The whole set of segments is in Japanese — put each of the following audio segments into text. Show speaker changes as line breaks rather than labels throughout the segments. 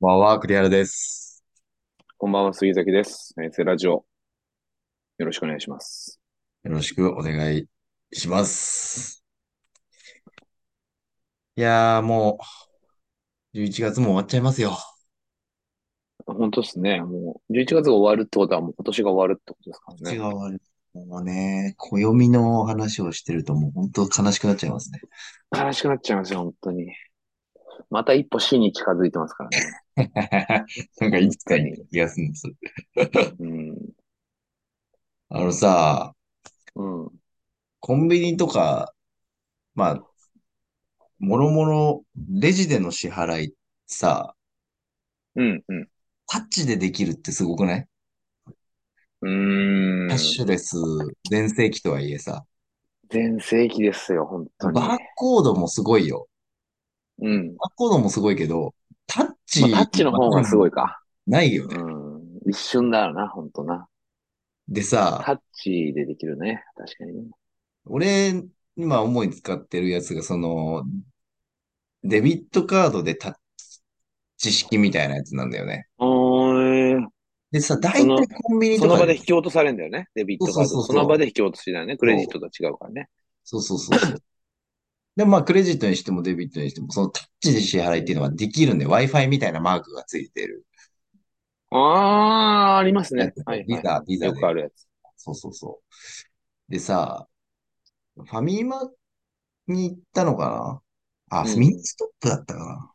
ワーワークリアルです。
こんばんは、杉崎です。えー、セラジオ。よろしくお願いします。
よろしくお願いします。いやー、もう、11月も終わっちゃいますよ。
本当ですね。もう、11月が終わるってことは、もう今年が終わるってことですからね。
違う。もうね、暦の話をしてるともう本当悲しくなっちゃいますね。
悲しくなっちゃいますよ、本当に。また一歩死に近づいてますからね。
なんかいつかに気がするんです。あのさ、
うん。うん。
コンビニとか、まあ、もろもろレジでの支払いさ、
うん。うん。
タッチでできるってすごくないう
ーん
キャッ。シュレス全盛期とはいえさ、
全盛期ですよ、本当に。
バーコードもすごいよ。
うん。
バーコードもすごいけど、タッチ、
まあ、タッチの方がすご
い。
いか。
ないよ
う
ね。
ん。一瞬だよな、本当な。
でさ、
タッチでできるね。確かにね。
俺、今思い使ってるやつが、その、デビットカードでタッチ式みたいなやつなんだよね。
おーい
でさ、大
その
体コンビニ
そ
と
の
か
場で引き落とされるんだよね。デビットカード。
そうそうそうそう
その場で引き落としだよね。クレジットとは違うからね。
そうそうそう そう。で、まあ、クレジットにしてもデビットにしても、そのタッチで支払いっていうのはできるんで、Wi-Fi みたいなマークがついてる。
ああー、ありますね。はい、
ビ
は
ザ、ビ
い。
ザ
よ
で
く。あるやつ。
そうそうそう。でさ、ファミマに行ったのかなあ、
うん
ミニストップだったかな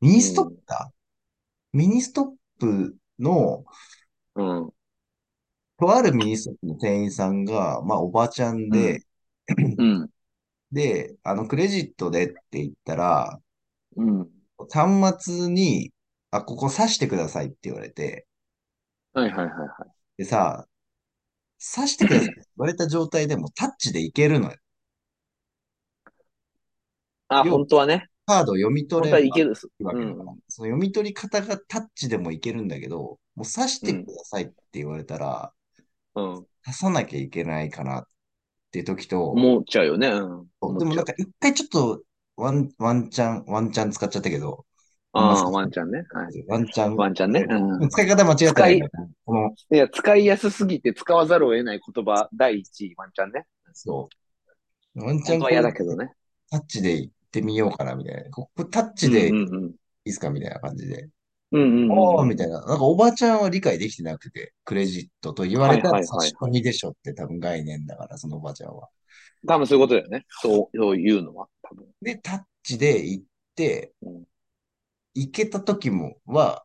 ミニストップだ。ミニストップの、
うん。
とあるミニストップの店員さんが、まあ、おばちゃんで、
うん。
で、あの、クレジットでって言ったら、
うん。
端末に、あ、ここ刺してくださいって言われて、
はいはいはいはい。
でさ、刺してくださいって言われた状態でもタッチでいけるのよ。
あ、
よ
本当はね。
カード読み取れ
本当
ば
はいけるっす。
いいわけだから
う
その読み取り方がタッチでもいけるんだけど、もう刺してくださいって言われたら、
うん。
刺さなきゃいけないかなっていう時と、
思っちゃうよね。うん。思っ
でも
ち
なん
ゃう。
か一回ちょっとワン、ワンチャン、ワンチャン使っちゃったけど、
あ
まあ
あ、ワンちゃんね。はい。
ワンチャン、
ワンちゃんね。うん。
使い方間違ってないから、この、
いや、使いやすすぎて使わざるを得ない言葉、第一位、ワンちゃんね。
そう。ワンチャン
本当
こ
は
れ
嫌だけどね。
タッチで行ってみようかな、みたいな。ここタッチでい
うん
い
うん
ですかみたいな感じで。
うん。うんうん
お
う
ー
ん。
みたいな。なんかおばちゃんは理解できてなくて、クレジットと言われた
は
ら
いはいはいはい
差し込みでしょって多分概念だから、そのおばちゃんは。
多分そういうことだよね。そう、そういうのは。多分。
で、タッチで行って
うん、
行けた時も、は、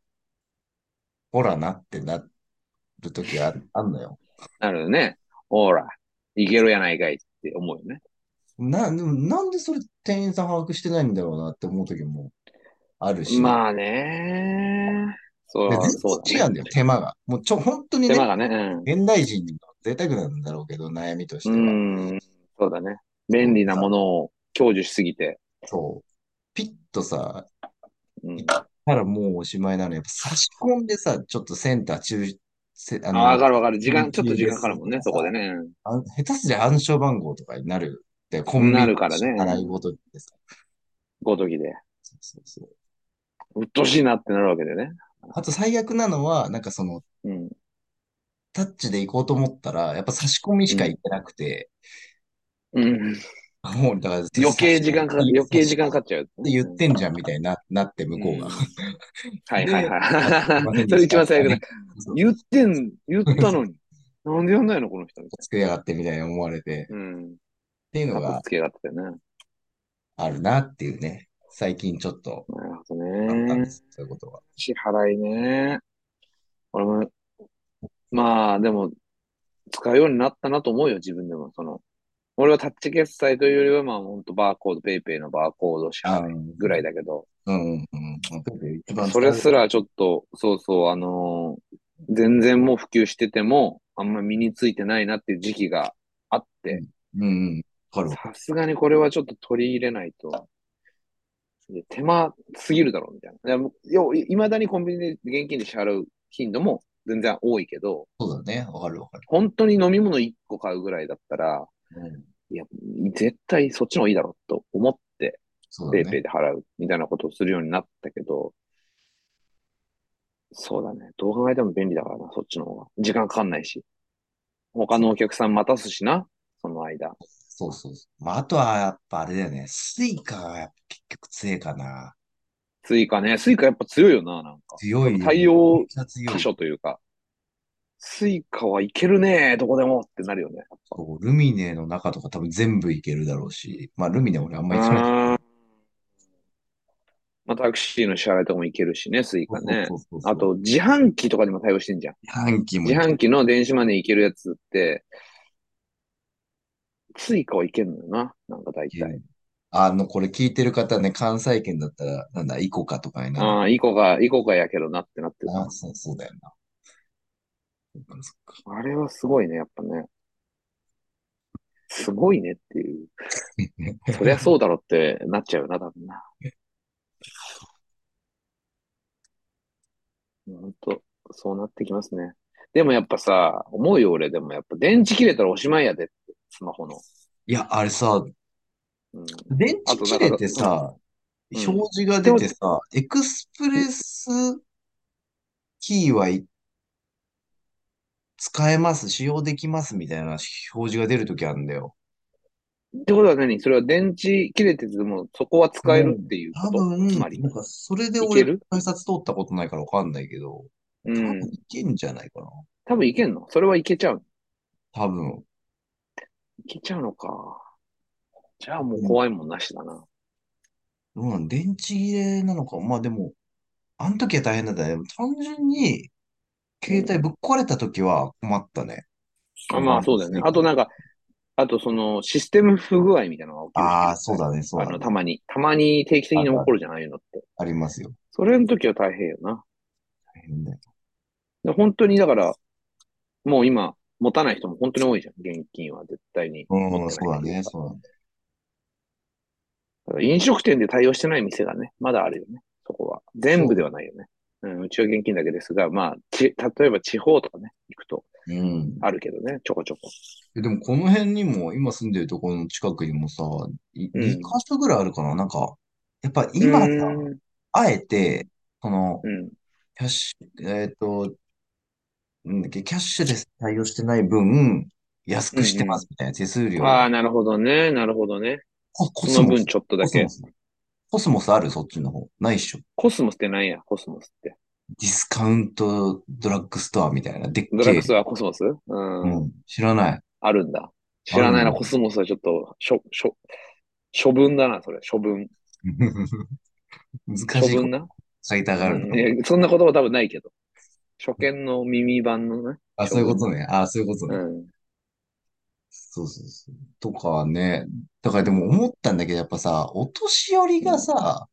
ほらなってなる時がああんのよ。
なるよね。ほら、いけるやないかいって思うよね。
な、でもなんでそれ店員さん把握してないんだろうなって思う時もあるし。
まあね。そう、
で
そう
全然違うんだよ、手間が。もうちょ、本当に
手間
ね、
がね。
現代人の贅沢なんだろうけど、悩みとして
う
は。
ん。うん。そうだね。便利なものを享受しすぎて。
そう。ピッとさ、
うん。
たらもうおしまいなの。やっぱ差し込んでさ、ちょっとセンター中、せあ
あ、
の、
わかるわかる。時
うん
間、ちょっと時間かかるもんね、そこでね。
あ下手すりゃ暗証番号とかになるって、コンビニ
なるからね
払い事でさ。
ごときで。
そうそうそう
うっとうしいなってなるわけでね。
あと最悪なのは、なんかその、
うん。
タッチで行こうと思ったら、やっぱ差し込みしか行ってなくて、
うん。
もうだから
余計時間かかる。余計時間か
っ
かっちゃう。って
言ってんじゃんみたいにななって、向こうが。
はいはいは
で
い。それ一番最悪だ。
そう
言ってん、言ったのに。なんでやんないのこの人みたい
つけやがってみたいに思われて、っ
な。うん。
ていうの
かっ
が
こつけやがってね。
あるなっていうね。最近ちょっと
なるほど
あったん
ね
で。す、そういうことは。
支払いね。俺も、まあでも、使うようになったなと思うよ、自分でも。その、俺はタッチ決済というよりは、まあ本当バーコード、ペイペイのバーコード支
あ
払い
の
ぐらいだけど、
うんうんうん。一番
それすらちょっと、そうそう、あのー全然もう普及してても、あんま身についてないなっていう時期があって、
うんうん。わかるわ。
さすがにこれはちょっと取り入れないと、で手間すぎるだろうみたいな。いやもうよいまだにコンビニで現金で支払う頻度も全然多いけど、
そうだね。わかるわかる。
本当に飲み物1個買うぐらいだったら、
うん、
いや、絶対そっちの方がいいだろうと思って、
そう
ペイ
だ
ペイ
ね。
で払うみたいなことをするようになったけど、そうだね。どう考えても便利だからな、そっちの方が。時間かかんないし。他のお客さん待たすしな、その間。
そうそうそうまあ、あとはやっぱあれだよね。スイカがやっぱ結局強いかな。
スイカね、スイカやっぱ強いよな、なんか。
強いよ
対
ね。
応
めっちゃ強
箇
い。
所というか、スイカはいけるね、どこでもってなるよね、やっぱ。
そうルミネの中とか多分全部いけるだろうし。まあ、ルミネ俺あんま行かないけど。
うーん。まあ、タクシーの支払いとかもいけるしね、スイ
そう
カ
そう
ね。
そうそうそ
あ
う。
と、自販機とかにも対応してんじゃん。
自販機も
自
いけ
販
る。
機の電子マネーいけるやつって、スイカはいけんのよな、なんか大
いけ
体。
るあの、これ聞いてる方ね、関西圏だったら、なんだ、イコカとかになるの。
ああ、いこか、いこかやけどなってなってるか
あ
ら。
あ、そう、そうだよな。そっかそっか
あれはすごいね、やっぱね。すごいねっていう。 そりゃそうだろってなっちゃうよな、多分な。ほんと、そうなってきますね。でもやっぱさ、思うよ、俺。でもやっぱ電池切れたらおしまいやでって、スマホの。
いや、あれさ、
うん。
電
あ
池
と、
切
だか
れ
ら、
て
うん、
さ、
う
表
ん。
示が
で
出
も、
てさ、エクスプ
う
レスキーはい使えます、使用できますみたいな表示が出るときあるんだよ。
ってことは何それは電池切れてても、そこは使え
も
る
う、
っていうこ
多
とつ
分、
まり。
なんか、それで
いけ
俺、
る
改札通ったことないからわかんないけど、
う
多分
ん。
いけんじゃないかな。
多分いけんのそれはいけちゃう。
多分。
いけちゃうのか。じゃあもう
うん
怖いもんなしだな。
どうなん電池切れなのか。まあでも、あの時は大変だったね。でも単純に、
う
携帯
ん。
ぶっ壊れた時は困ったね。
あ、
そ
ま
の、
あそうだよ
ス
ね。
イ
あ
カ
と
の。
なんか、あとそのシステム不具合みたいなのが起きるし、
ああ、
絶
そう
対。
だね、そう
あ
だ
の、
ね。
たまに、たまに定期的
あ
に
る
起
あ
こ
る、
るじゃないのって。
ありますよ。
それの時は大変よな。
大変だよ。
で本当にだから、もう今、持たない人も本当に多いじゃん。現金は絶対に持っ
うん、
てな
そう
い
だ
という
ね、
か。
そうだね。
だから飲食店で対応してない店がね、まだあるよね。そこは。全
そ
部
う
ではないよね。うん、うちは現金だけですが、まあ、ち、例えば地方とかね、行くと
うん。
あるけどね、ちょこちょこ。
えでも、この辺にも、今住んでるところの近くにもさ、い
うん。
2箇所ぐらいあるかな。なんか、やっぱ
う
今さ、
ーん。
あえ
う
て、
ん。
その、
うん。
キャッシュ、えっと、なんだっけ、キャッシュレス対応してない分、安
う
くして
ん
ま
う
すみたいな手数
ん。
料
あ
を。
あ、なるほどね。なるほどね。
コ、コ
そ
ス
の
モ
分
ス。
ちょっ
コ
とだ
スモ
け。
ス。コスモスあるそっちの方。ないっしょ。
コスモスってなんや、コスモスって。
ディスカウントドラッグストアみたいな。でっ
ドラッ
け
グ
え。
ストアコスモスう。
うんん。知らない。
あるんだ。知
あ
ら
る
ないな、
ん
コスモスはちょっと、しょ、しょ、処分だな、それ。処分。
だ。難
処
しいこ
分
と
な。
書いたがる
うん。
な。
いや、そんな言葉多分ないけど。初見の耳版のね、
あ、
処
そういうこ
分
と
な。
ね。あ、そういうこと
う
ね。
ん。
そうそうそう。とかね。だからでも思ったんだけど、やっぱさ、お年寄り
う
が
ん。
さ、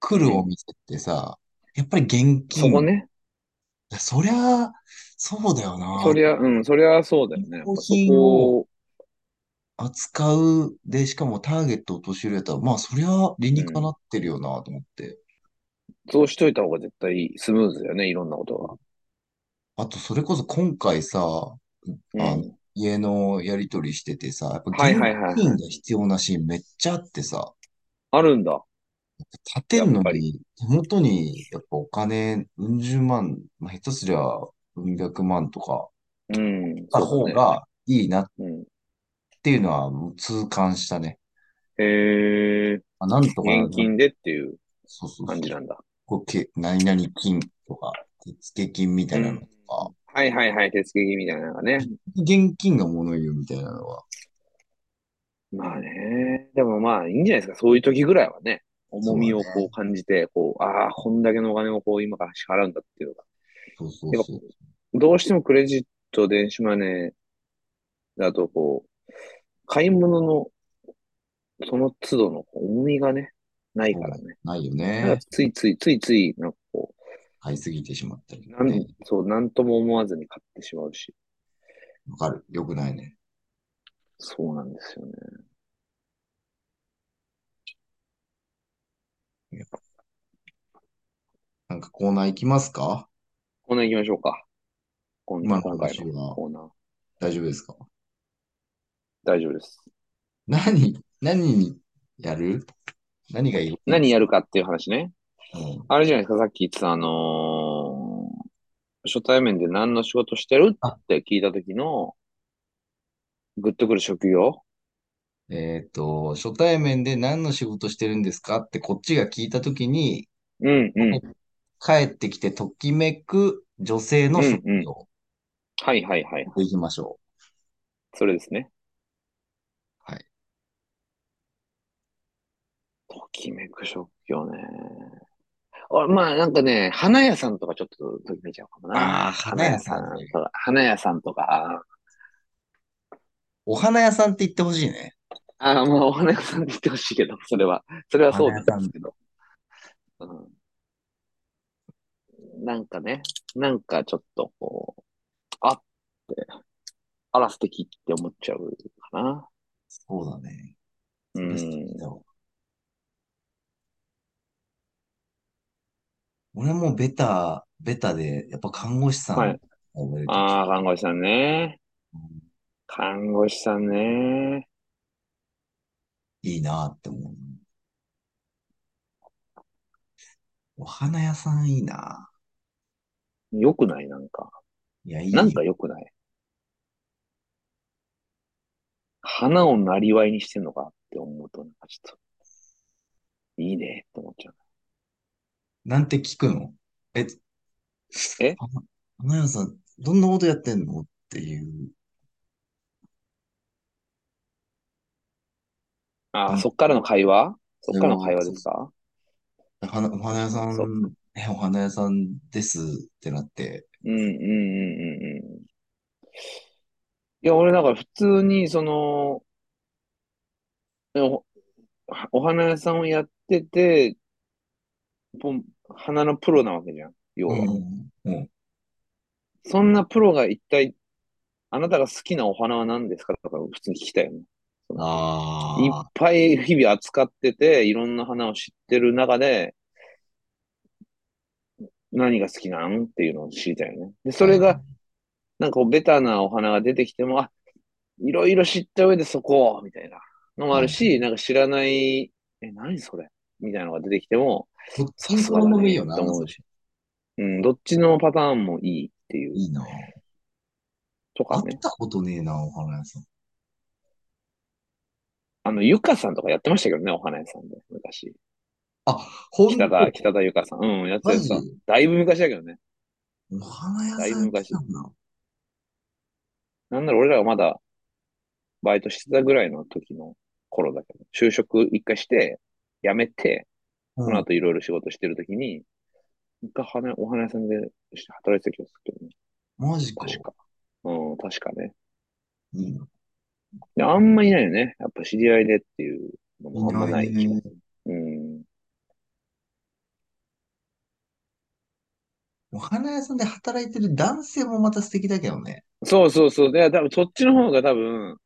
来
う
るお
ん。
店ってさ、やっぱり現
そこ
金。
ね。
そりゃ、そうだよ
そ
な。
りゃ、うん、そりゃそうだよ
嗜
ね。やっ
好
ぱそ
品を
こを、
扱うで、しかもターゲットを年寄りやったら、まあ、そりゃ理
う。
にかなんってるよなと思って。
そうしといた方が絶対スムーズだよね、いろんなことが。
あと、それこそ今回さ、
う
あの、
ん。
家のやり取りしててさ、やっぱ現
はいはいはいは
金
い。
が必要なシーンめっちゃあってさ、
あるんだ。
立て
や
ん
っ
の
ぱり。
に、手元にやっぱお金、うん十万、まあ、下手すりゃ、うん百万とか、
うん、
た
そ
方
うだね。
がいいなっ
うん。
ていうのはもう痛感したね。
へえ、
まあ、なんとかな、
現金でっていう
そうそう
感
そ
じ
う。
なんだ。
こうけ、何々金とか、手付金みた
う
いなのと
ん。
か、
はいはいはい、手付金みたいなのがね。
現金が物言うみたいなのは、
まあね。でもまあ、いいんじゃないですか。そういう時ぐらいはね、重
そう
み
だ
をこう
ね。
感じて、こう、ああ、こんだけのお金をこう今から支払うんだっていうのが。
そうそう
やっぱ、
そう。
どうしてもクレジット、電子マネーだと、こう、買い物のその都度の重みがね、ない
そ
か
う
ら
だ、
ね。
ないよ
だから
ね。
ついつい、ついつい、なんかこ
買いすぎてしまったり
う、な
ね。
ん、そう、なんとも思わずに買ってしまうし。
わかる。よくないね。
そうなんですよね。
いやなんかコーナー行きますか
コーナー行きましょうか。こん、
今の
今回
話
の
は
コーナー。
大丈夫ですか
大丈夫です。
何、何にやる何がいい
何やるかっていう話ね。
うん。
あれじゃないですか、さっき言ってたあのー初対面で何の仕事してる
あ、
って聞いた時の、グッとくる職業
えっと、初対面で何の仕事してるんですかってこっちが聞いたときに、
うんうん、
帰ってきてときめく女性の
う
職
んうん。
業
はいはいはいはい。
いきましょう。
それですね。
はい。
ときめく職業ね。あ、まあなんかね、花屋さんとかちょっとときめいちゃうかもな。
ああ、花
花
屋
屋さ
さん
ん
ね。
とか、花屋さんとか、
お花屋さんって言ってほしいね。
ああ、まあお花屋さんって言ってほしいけど、それは、それはそ
花
うな
屋さ
んです
ん。
けど。うん、なんかね、なんかちょっとこう、あ、あら素敵って思っちゃうかな。
そうだね。
う
それ素敵
ん。
だわ。俺もベタ、ベタで、やっぱ看護師さ
は
ん
い。
思い出てき
ああ、看護師さんね。
た。うん
看護師さんね。
いいなって思う。お花屋さんいいな。
良くないなんか。
いや、い
ないん
よ。
か良くない花をなりわいにしてんのかって思うと、なんかちょっと、いいねって思っちゃう。
なんて聞くのえ、
え
花花屋さん、どんなことやってんのっていう。
ああー、
なん
そっからの会話そっからの
そ
会
う
話
そ
で
う
すか
花、お花屋さ
そっ
ん、え、お花屋さんですってなって。
うんうんうんうんうん。いや、俺だから普通に、その、お、お花屋さんをやってて、ポン花のプロなわけじゃん。
う
要は。
ん、うん。
そんなプロが一体、あなたが好きなお花は何ですかとか普通に聞きたいよね。そのいっ
ああ、
ぱい日々扱ってて、いろんな花を知ってる中で、何が好きなんっていうのを知りたいよね。で、そ
は
れ
い。
が、なんかこうベタなお花が出てきても、あ、いろいろ知った上でそこ、みたいなのもあ
はい。
るし、なんか知らない、え、何それみたいなのが出てきても、
どっち
さ
の
す
パ
が
ターンで
だ
もいい
ね、
よ
と
な、
思
そうれ。
し。うん、どっちのパターンもいいっていう、
いいな。
と
会
か
っ
ね。
たことねえな、お花屋さん。
あの、ゆかさんとかやってましたけどね、お花屋さんで、昔。
あ、ほ
北
ん
田、
と
北田ゆかさん。うん、やってた
マ
やってた。
ジ
だいぶ昔だけどね。
お花屋
だい
さ
ぶ
ん来
昔。
たんだ。
なんなら俺らがまだバイトしてたぐらいの時の頃だけど、就職一回して、辞めて、
う
その
ん。
後いろいろ仕事してる時に、一回花、お花屋さんで働いてた気がするけどね。
マジか。
確か。うん、確かね。
いいな。
で、あんまいないよね。やっぱ知り合いでっていうの
い
もあんま
ない
ない気が
ね。
する。うん。
お花屋さんで働いてる男性もまた素敵だけどね。
そうそうそう。いや、多分そっちの方が多分、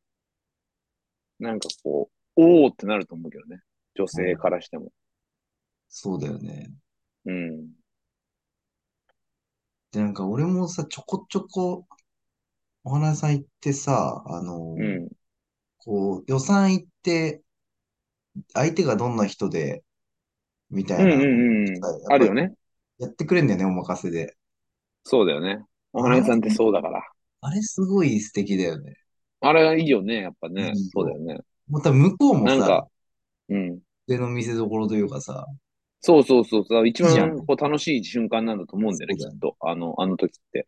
なんかこう、おーってなると思うけどね。女
う
性
ん。
からしても。
そうだよね。
うん。
で、なんか俺もさ、ちょこちょこお花屋さん行ってさ、あ
う
の、
ん。
こう、予算行って、相手がどんな人で、みた
う
い
ん
な、
うんうん。
やっ
あ
ぱ
るよね。
やってくれんだよね、お任せで。
そうだよね。お
あ
花屋
れ、
さんってそうだから。
あれすごい素敵だよね。
あれはいいよね。やっぱ
い
ね。
い
そうだ
よ。
よね。
また向こうも
なん
さ、
か、うん。
腕の見せ所というかさ、
そうそうそうそう。一
いいじゃん。
番こう楽しい瞬間なんだと思うんだよ
そ
ね、
う
き
だ
っ
よね。
と。あの、あの時って。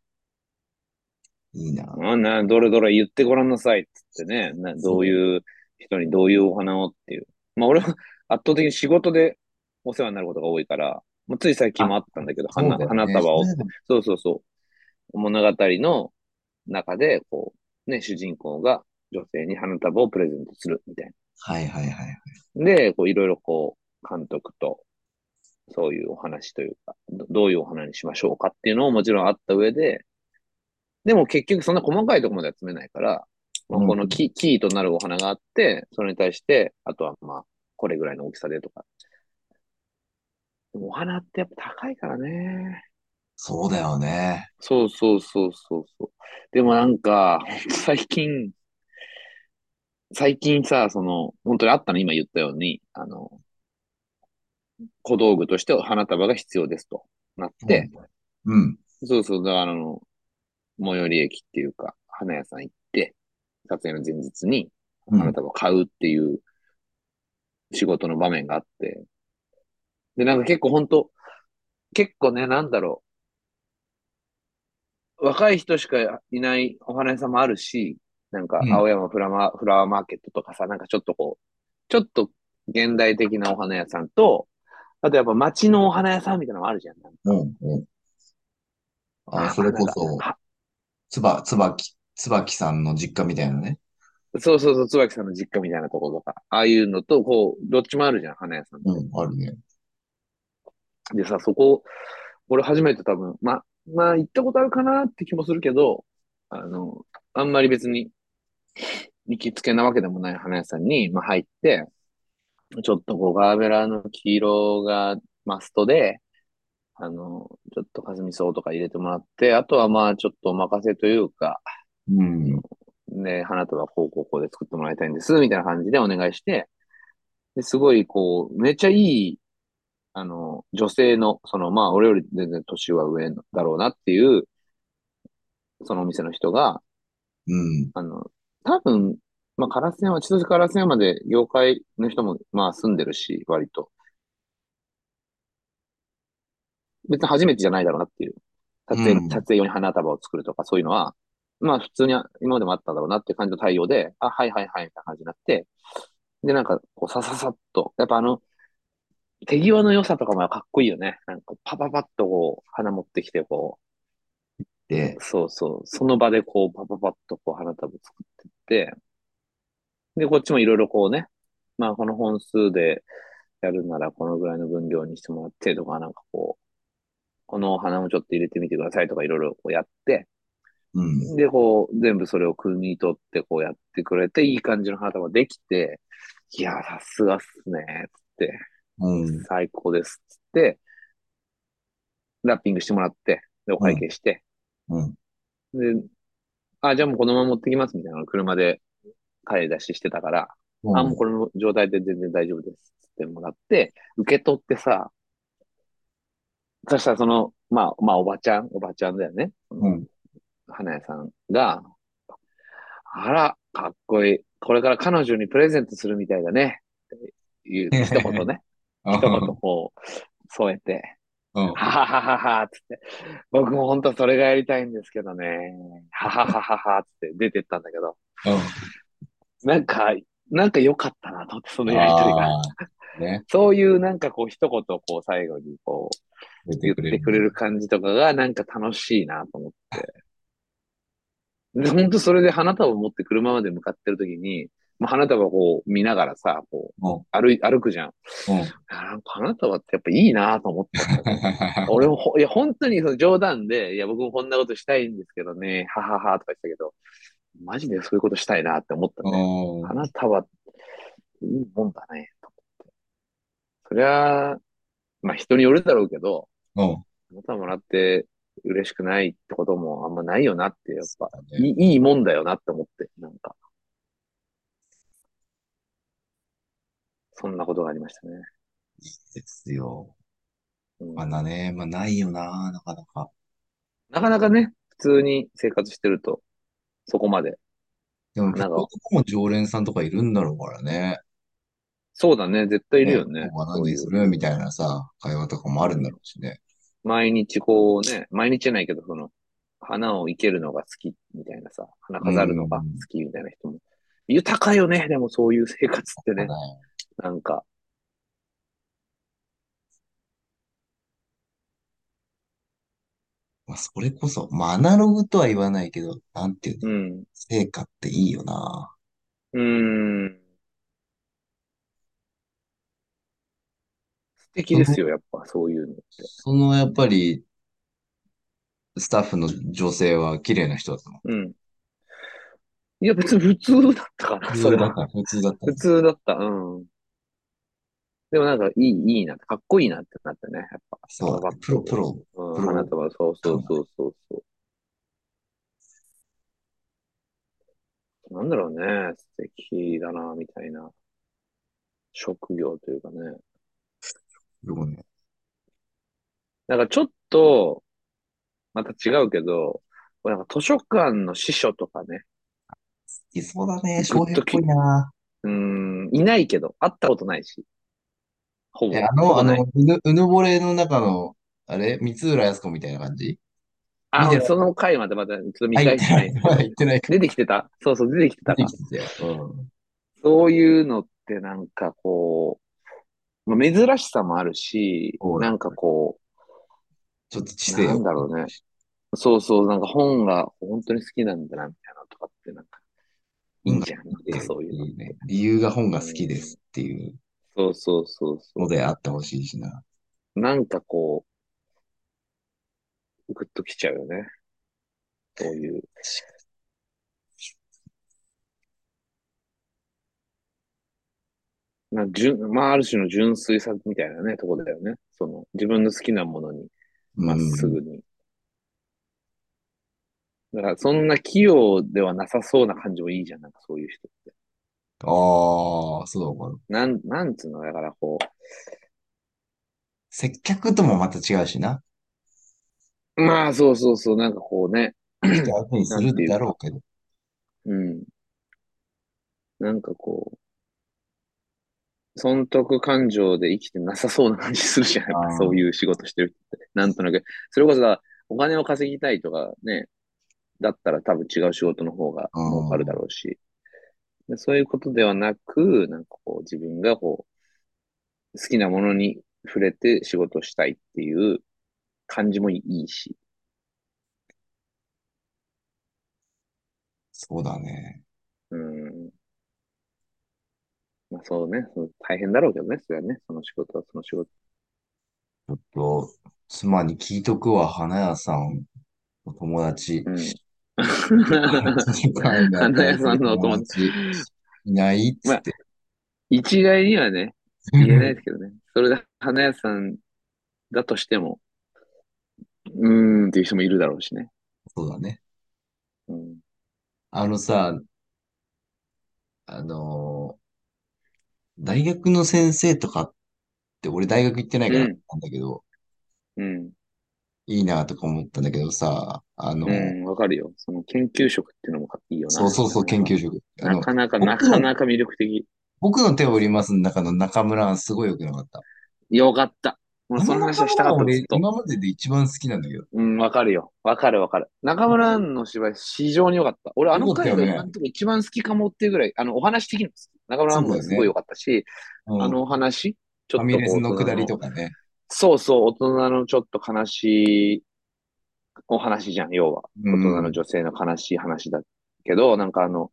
いいな。
あ、な、どれどれ言ってごらんなさいっつってね。な、どう
そう。
いう人にどういうお花をっていう。まあ俺は 圧倒的に仕事でお世話になることが多いから、もうつい最近
あ、
もあったんだけど、
そう
花、
だよ
花
ね。
束を、
花でも
そうそうそう、物語の中で、こう、ね、主人公が女性に花束をプレゼントするみたい
はいはいはい。
な。で、こういろいろこう、監督と、そういうお話というか、ど、どういうお花にしましょうかっていうのをもちろんあった上で、でも結局そんな細かいところまで集めないから、まあ、
う
この
ん。
キ、キーとなるお花があって、それに対して、あとはまあ、これぐらいの大きさでとか。でもお花ってやっぱ高いからね。
そうだよね。
そうそうそうそうそう。でもなんか、 ほんと最近、最近さ、その、本当にあったの、今言ったように、あの、小道具として花束が必要ですとなっ
う
て、
ん。うん。
そうそう、だからあの、最寄り駅っていうか、花屋さん行って、撮影の前日に
う
花
ん。
束を買うっていう仕事の場面があって、で、なんか結構ほんと、結構ね、なんだろう、若い人しかいないお花屋さんもあるし、なんか
うん。
青山フラマ、フラワーマーケットとかさ、なんかちょっとこう、ちょっと現代的なお花屋さんと、あとやっぱ街のお花屋さんみたいなのもあるじゃん、なん
う
か。
ん。うんあの、
あ、
そ
まあ
れ
なん
こ
か、
そ、つば、
は、
つばき、つばきさんの実家みたいなね。
そうそうそう、椿さんの実家みたいなところとか、ああいうのと、こう、どっちもあるじゃん、花屋さんっ
う
て。
ん、あるね。
でさ、そこ、俺初めて多分、ま、まあ、行ったことあるかなって気もするけど、あの、あんまり別に行きつけなわけでもない花屋さんに、まあ、入って、ちょっとこう、ガーベラの黄色がマストで、あの、ちょっとかすみ草とか入れてもらって、あとはまあ、ちょっとお任せというか、
う
あ
ん。
の、ね、花束こうこうこうで作ってもらいたいんです、みたいな感じでお願いして、で、すごい、こう、めっちゃいい、あの、女性の、その、まあ、俺より全然年は上だろうなっていう、そのお店の人が、
うん。
あの、多分、まあ、烏山、千歳烏山で業界の人も、まあ、住んでるし、割と。別に初めてじゃないだろうなっていう。撮
う
影、撮
ん。
影用に花束を作るとか、そういうのは、まあ、普通にあ今までもあっただろうなっていう感じの対応で、あ、はいはいはい、みたいな感じになって、で、なんか、こう、さささっと、やっぱあの、手際の良さとかもかっこいいよね。なんか、パパパッとこう、花持ってきて、こ
で、
う、そうそう、その場でこう、パパパッとこう、花束作ってって、で、こっちもいろいろこうね、まあ、この本数でやるなら、このぐらいの分量にしてもらってとか、なんかこう、このお花もちょっと入れてみてくださいとか、いろいろこうやって、
うん。
で、こう、全部それを汲み取って、こうやってくれて、いい感じの花束できて、いや、さすがっすね、つって、
うん。
最高です、つって、ラッピングしてもらって、で、お
う
会
ん。
計して、
うん。
で、あ、じゃあもうこのまま持ってきますみたいなのを車で買い出ししてたから、
う。
あ、もうんこの状態で全然大丈夫ですっつってもらって、受け取ってさ、そしたらその、まあ、まあ、おばちゃん、おばちゃんだよね。そうの、
ん。
花屋さんが、あら、かっこいい。これから彼女にプレゼントするみたいだね。っていう、一 言ね。一言こう、添えて、
うん。
ははははは、つって。僕も本当それがやりたいんですけどね。ははははは、つって出てったんだけど。
うん。
なんか、なんか良かったなと思って、そのやりとりが。
ああ、ね。
そういうなんかこう一言こう最後にこう
出て
言っ
くれ
て
る
くれ
ね。
る感じとかがなんか楽しいなと思って。で、本当それで花束を持って車まで向かってる時に、まあ、花束をこう見ながらさ、こ
うん。
う歩い、歩くじゃん。
うん。
あなんか花束ってやっぱいいなと思ったんだよね。俺もほ、いや、本当にその冗談で、いや、僕もこんなことしたいんですけどね、はははとか言ってたけど、マジでそういうことしたいなって思ったね。
うん。
花束っていいもんだね。そりゃ、まあ人によるだろうけど、
うん。
またもらって嬉しくないってこともあんまないよなって、やっ
そ
ぱ、
うだ
い
ね。
い、いいもんだよなって思って、なんか、そんなことがありましたね。
ですよ。
う
まあ
ん。
なね、まあないよな、なかなか。
なかなかね、普通に生活してると、そこまで
でも、
花
こういう
が、
とこも常連さんとかいるんだろうからね。
そうだね、絶対いる
ね、
よね、
今日は
そう
何
い
す
う。
るみたいなさ、会話とかもあ
う
るんだ
ん。
ろうしね。
毎日こうね、毎日じゃないけど、その、花を生けるのが好きみたいなさ、花
う
飾るのが好
ん。
きみたいな人も。豊かよね、でもそういう生活って
そう
ね、
だよ。
なんか、
まあ、それこそ、まあ、アナログとは言わないけど、なんていう
う
の、
ん、
成果っていいよな。
うん、素敵
そ
です
の、
よ、やっぱ、そういうのって。
その、やっぱり、スタッフの女性は綺麗な人だったの。
うん。いや、別に普通だったかな、
普
そ
通
れ
だっ
は。
た、普通だった
普
ね。
通だった、うん。でもなんか、いい、いいな、かっこいいなってなったね、やっぱ。
そ
パ
うだ
パパッ
ね。プロ、プ
と、
ロ、
うん、
プ
花
ロ
束、そうそ
感
う
が
そ
ね。
うそうそう。なんだろうね、素敵だな、みたいな。職業というかね。
すごいね。
なんかちょっと、また違うけど、これなんか図書館の司書とかね、
いそうだね。
グ
翔
ッ
平
と
っぽ
き、
いな。
うーん、いないけど、会ったことないし、ほ
え、
ぼ、
あ
ほ
の、
ぼ
あ
な
の、
い。
うぬ、うぬぼれの中の、あれ三浦靖子みたいな感じ見
あ、
て
俺
ない。
その回までまたちょっと見
あ、言っ
返してて
な
ない
い。ま だ
んですけど、
言ってないか。
出てきてたそうそう、出てきて
出
た
て
か。
きてたよ。うん。
そういうのってなんかこう、まあ珍しさもあるし、
そうだ
なんかこ
ちょっと知
う、
性
な
を。
んだろうね。そうそう、なんか本が本当に好きなんだな、みたいなのとかってなんか、い
本
い
が
じゃん、
好
なん
き
か
です
そう
っ
い
て
うのっ
いうね。
て。
理由が本が
う
好きで
ん、
すっていう
そうそうそう
の
そ
であってほしいしな。
う。なんかこう、グッときちゃうよね。そういう。な、純、まあ、ある種の純粋さみたいなね、とこだよね。その、自分の好きなものに、
う
まっす
ん。
ぐに。だから、そんな器用ではなさそうな感じもいいじゃん、なんかそういう人って。
ああ、そうか。
なん、なんつうの、だからこ
接客ともまた違うしな。
う、まあ、そうそうそう、なんかこうね、
来て相手にす
なん
る
ていう
だろ
か、
うけど。
うん、なんかこう、損得感情で生きてなさそうな感じするじゃん、やっぱ
あ
そう
あ、
いう仕事してる人って。なんとなく。それこそだ、お金を稼ぎたいとかね、だったら多分違う仕事の方が
う
儲かるだ
ん。
ろうし。でそういうことではなく、なんかこう、自分がこう、好きなものに触れて仕事をしたいっていう感じもいいし。
そうだね。
うん。まあそうね、その大変だろうけどね、それはね、その仕事はその仕事。
ちょっと、妻に聞いとくわ、花屋さん、お友達。
うん。
図書館、図書館で
花
新
屋
し
さ
い
んのお
友
友達。
達いないっ
ま
つっ
あ、
て。
一概にはね、言えないですけどね。それで花屋さんだとしても、うーんっていう人もいるだろうしね。
そうだね。
うん。
あのさ、あのー大学の先生とかって、俺大学行ってないから
う
あれ
ん、
なんだけど、
うん、
いいなとか思ったんだけどさ、あ
う
の
ん、わかるよ。その研究職っていうのもいいよ
そう
な。
そう
な
そう、
かな
研
か、
究職。あ
な
の、
かなか、な
僕
か
の、
なか魅力的。
僕の手を売りますの中の中村はすごい良くなかった。
よかった。もう
あ
そ
の
の話
中
はした
村
か
は
った、ずっ
俺、
と。
今までで一番好きなんだけど。
うん、わかるよ。わかるわかる。中村アンの芝居、非常に良かった。俺、あ
よ
の
かった
回
よ
が今
ね。
のところ一番好きかもっていうぐらい、あの、お話的にも好き。中村ア
そ
ン
うだ
も
よ
すごい
ね。
良かったし、
う
あ
ん。
のお話、ちょ
ファ
っ
ミ
と
レ
こ
ス
う、大
の
人
下り
の、
とかね。
そうそう、大人のちょっと悲しいお話じゃん、要は。
う
大人の
ん。
女性の悲しい話だけど、なんかあの、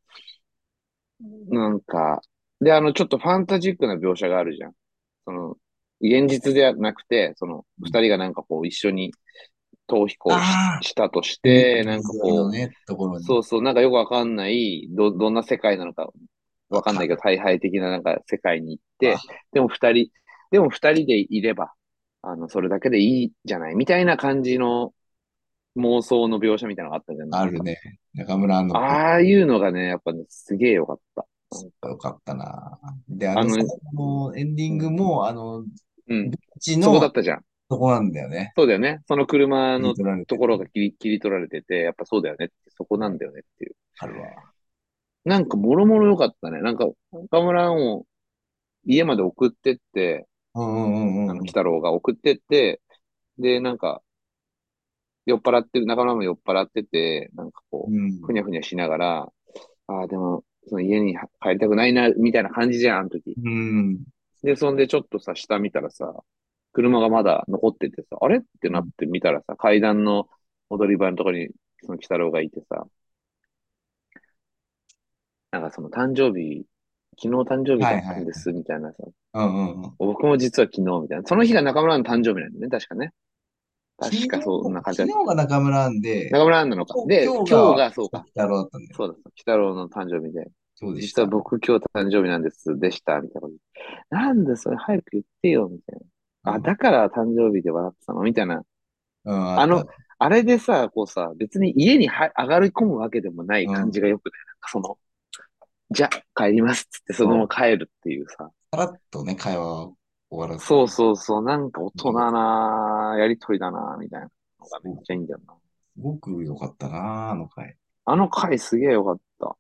なんか、で、あの、ちょっとファンタジックな描写があるじゃん。その、現実ではなくて、その、
う
二
ん
人がなんかこう、一緒に逃避行し、
ああ、
したとし
海
て、なんか
沿いの
こう、
ね、ところに。
そうそう、なんかよくわかんない、ど、どんな世界なのか
わ
わかん
か
ないけど、
る
大敗的ななんか世界に行っ
わ。
て、でも二人、でも二人でいれば、あの、それだけでいいじゃない、みたいな感じの妄想の描写みたいなのがあったじゃん、な
あ
ん
る
か。
ね。中村あんの子、
ああいうのがね、やっぱね、すげえよかった。なんか、
よかったな。で、あ
あ
の
の、
最後のエンディ
う
ング
ん、
も、あの、
うん、
ビーチ
そこだっ
の
たじゃん。
とこなんだよね。
そうだよね。その車
切り
の
取られ
と
て
こ
て。
ろが切り、切り取られてて、やっぱそうだよねって、そこなんだよねっていう。
あるわ。
なんか、もろもろ良かったね。なんか、岡村を家まで送ってって、
うんうんうん
あ
うん
の、
う
鬼
ん。
太郎が送ってって、で、なんか、酔っ払ってる、中村も酔っ払ってて、なんかこ
う
う、ふ
ん。
にゃふにゃしながら、ああ、でも、その家に帰りたくないな、みたいな感じじゃん、あの時。
うん。
で、そんでちょっとさ、下見たらさ、車がまだ残っててさ、あれってなって見たらさ、階段の踊り場のところに、その鬼太郎がいてさ、なんかその誕生日、昨日誕生日
は
だ
い
っ
は
たん
い。
です、みたいなさ、
うんうんうん。
僕も実は昨日、みたいな。その日が中村の誕生日なんだよね、確かね。
昨
確
日、
かそんな感じだ
昨
った。
日が中村なんで、
中村アンなのか。
今日、
で、
今日
今
が
日がそうか。
北郎だったんだよ。
そうだ、鬼太郎の誕生日で。
そうでし
実は
た。
僕今日誕生日なんです、でした、みたいなこと。なんでそれ早く言ってよ、みたいな。
う
あ、
ん。
だから誕生日で笑ってたのみたいな。
うん、あ
あ
った。
の、あれでさ、こうさ、別に家には上がり込むわけでもないう感
ん。
じがよくね、なんかその、じゃあ帰りますっつってそのま
そ
ま帰るっていうさ。
う。さらっとね、会話を終わらせ
そう
る。
そうそう、なんか大
いい
人
よね。
なやりとりだな、みたいなのがめっ
そう
ちゃいいんだよな。
ごく良かったな、あの回。
あの回すげえよかった。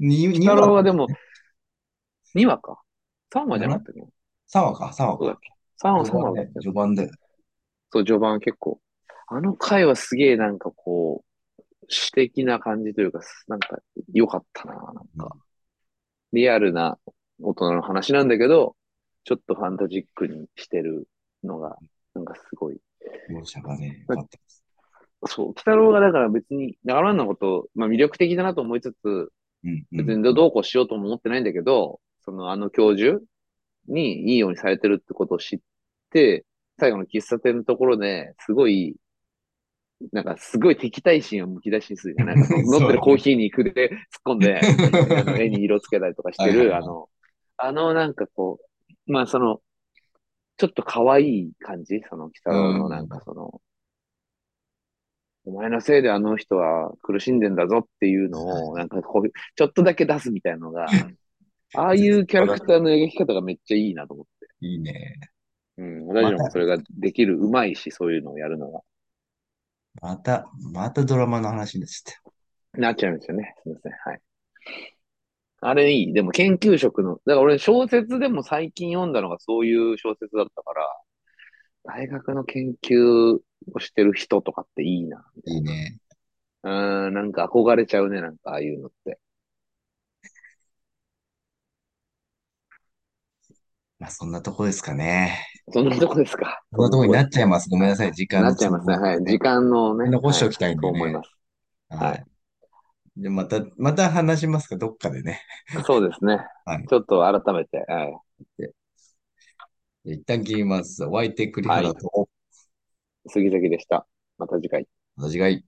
に、
鬼
2
太
話、
郎はでも、2話か。3話じゃなか
7
ったっけど。
3話か、3話
そうだっ
か。
け ?3 話、
序
3
盤
話だ
で、
ったよ
序盤で。
そう、序盤は結構。あの回はすげえなんかこう、詩的な感じというか、なんか良かったな、なん
う
か。
ん
リアルな大人の話なんだけど、ちょっとファンタジックにしてるのが、なんかすごい。
描写がね、良
ま
かったです。
あそう、鬼太郎がだから別に、長野のこと、まあ魅力的だなと思いつつ、
うんう
別
ん
に
う
ど
ん。
どうこうしようとも思ってないんだけど、そのあの教授にいいようにされてるってことを知って、最後の喫茶店のところですごい、なんかすごい敵対心をむき出しにするじゃん。なんかの飲ん
そ
で
う
る
だ
コー
ね。
ヒーに行くで突っ込 んで、 あの絵に色つけたりとかし
は
て
いはい
る、あ
はい。
の、あのなんかこう、まあその、ちょっと可愛い感じ、その鬼太
う
郎のなんか
ん。
その、お前のせいであの人は苦しんでんだぞっていうの を、なんかこう、ちょっとだけ出すみたいなのが、ああい
絶
うキャラ
妙だ
クターの描き方がめっちゃいいなと思って。
いいね。
うん、私
ま
らも
た、
それができる、うまいし、そういうのをやるのが、
また、またドラマの話ですって。
なっちゃうんですよね。すみません。はい。あれいい。でも研究職の、だから俺小説でも最近読んだのがそういう小説だったから、大学の研究をしてる人とかっていいな、みた
い
い
いね。
な。うん、なんか憧れちゃうね、なんかああいうのって。
まあ、そんなとこですかね。
そんなとこですか。
そん
そ
なんとこと
な
に
こ
な
で
っ
す
ちゃい
か。
ます。ごめんなさい。時間
なっ
の
ちゃい
都
ますね。
合
はい。時
ね。
間のね、
残してお
はい、
きたいん
そ
で
う思い
ね。
ます。は。
はいい。で、また、また話しますか、どっかでね。
そうですね。
はい。
ちょっと改めて、はい。
で一旦切ります。お相手栗
は
原
い。
と、
杉崎でした。また次回。
私がいい。